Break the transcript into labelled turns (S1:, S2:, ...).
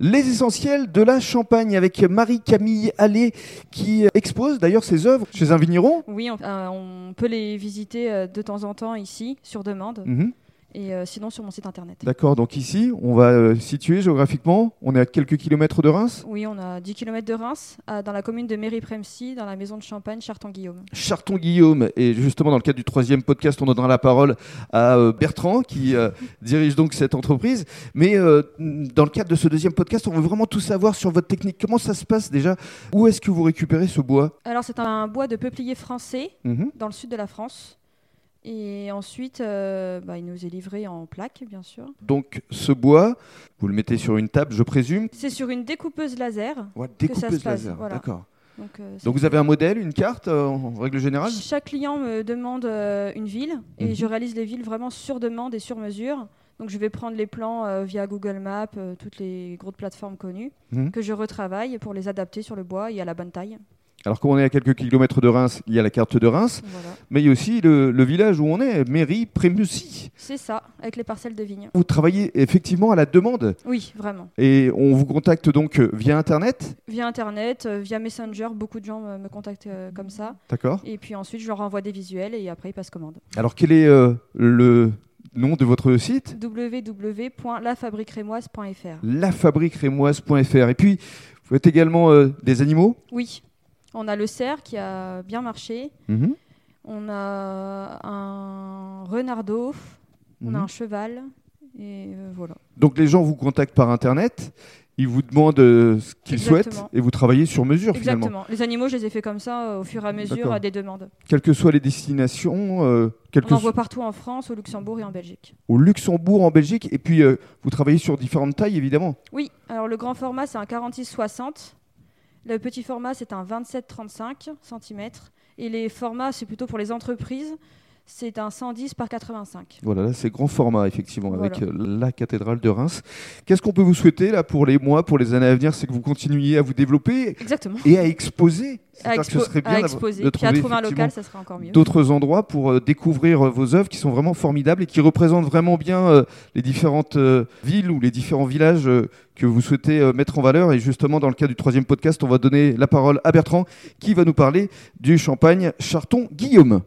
S1: Les essentiels de la Champagne avec Marie-Camille Allais qui euh, expose d'ailleurs ses œuvres chez un vigneron.
S2: Oui, on, euh, on peut les visiter euh, de temps en temps ici, sur demande,
S1: Mhm.
S2: et euh, sinon sur mon site internet.
S1: D'accord, donc ici, on va euh, situer géographiquement. On est à quelques kilomètres de Reims.
S2: Oui, on a 10 km de Reims, à- dans la commune de Méry-Premcy, dans la maison de Champagne, Chartan-Guillaume.
S1: Charton-Guillaume. Et justement, dans le cadre du troisième podcast, on donnera la parole à euh, Bertrand, qui euh, dirige donc cette entreprise. Mais euh, dans le cadre de ce deuxième podcast, on veut vraiment tout savoir sur votre technique. Comment ça se passe déjà Où est-ce que vous récupérez ce bois
S2: Alors, c'est un bois de peuplier français,
S1: Mhm.
S2: dans le sud de la France. Et ensuite, euh, bah, il nous est livré en plaques, bien sûr.
S1: Donc, ce bois, vous le mettez sur une table, je présume.
S2: C'est sur une découpeuse laser.
S1: Ouais,
S2: ça se
S1: découpeuse
S2: passe,
S1: laser.
S2: voilà.
S1: D'accord.
S2: Donc, euh,
S1: Donc, vous avez un modèle, une carte, euh, en règle générale
S2: Chaque client me demande euh, une ville et
S1: Mhm.
S2: je réalise les villes vraiment sur demande et sur mesure. Donc je vais prendre les plans euh, via Google Maps, euh, toutes les grosses plateformes connues,
S1: Mhm.
S2: que je retravaille pour les adapter sur le bois et à la bonne taille.
S1: Alors, comme on est à quelques kilomètres de Reims, il y a la carte de Reims,
S2: Voilà.
S1: mais il y a aussi le, le village où on est, Mairie, Prémussy.
S2: C'est ça, avec les parcelles de vignes.
S1: Vous travaillez effectivement à la demande
S2: Oui, vraiment.
S1: Et on vous contacte donc euh, via Internet,
S2: Via Internet, euh, via Messenger, beaucoup de gens me, me contactent euh, comme ça.
S1: d'accord
S2: Et puis ensuite, je leur envoie des visuels et après, ils passent commande.
S1: Alors quel est euh, le nom de votre site
S2: www.lafabriquerémoise.fr
S1: Lafabriquerémoise.fr. Et puis, vous êtes également euh, des animaux
S2: Oui, on a le cerf qui a bien marché. On a un renardeau, on
S1: Mhm.
S2: a un cheval, et euh, voilà.
S1: Donc les gens vous contactent par Internet, ils vous demandent euh, ce qu'ils
S2: Exactement.
S1: souhaitent et vous travaillez sur mesure Oh, finalement.
S2: Exactement. Les animaux, je les ai fait comme ça euh, au fur et à mesure
S1: D'accord.
S2: euh, des demandes.
S1: Quelles que soient les destinations, euh, quelles
S2: On
S1: que
S2: en
S1: so-
S2: voit partout en France, au Luxembourg et en Belgique.
S1: au Luxembourg, en Belgique, et puis euh, vous travaillez sur différentes tailles évidemment.
S2: Oui, alors le grand format, c'est un 46-60. Le petit format, c'est un 27-35 cm. Et les formats, c'est plutôt pour les entreprises, c'est un 110 par 85.
S1: Voilà, là c'est grand format effectivement
S2: Voilà.
S1: avec euh, la cathédrale de Reims. Qu'est-ce qu'on peut vous souhaiter là pour les mois, pour les années à venir C'est que vous continuiez à vous développer
S2: Exactement.
S1: et à exposer.
S2: À,
S1: C'est-à-dire que
S2: expo-
S1: ce serait
S2: à
S1: bien d'avoir-
S2: exposer.
S1: de
S2: Puis à
S1: trouver
S2: trouver un local,
S1: effectivement
S2: ça serait encore mieux.
S1: d'autres endroits pour euh, découvrir euh, vos œuvres qui sont vraiment formidables et qui représentent vraiment bien euh, les différentes euh, villes ou les différents villages euh, que vous souhaitez euh, mettre en valeur. Et justement, dans le cadre du troisième podcast, on va donner la parole à Bertrand qui va nous parler du champagne Charton-Guillaume.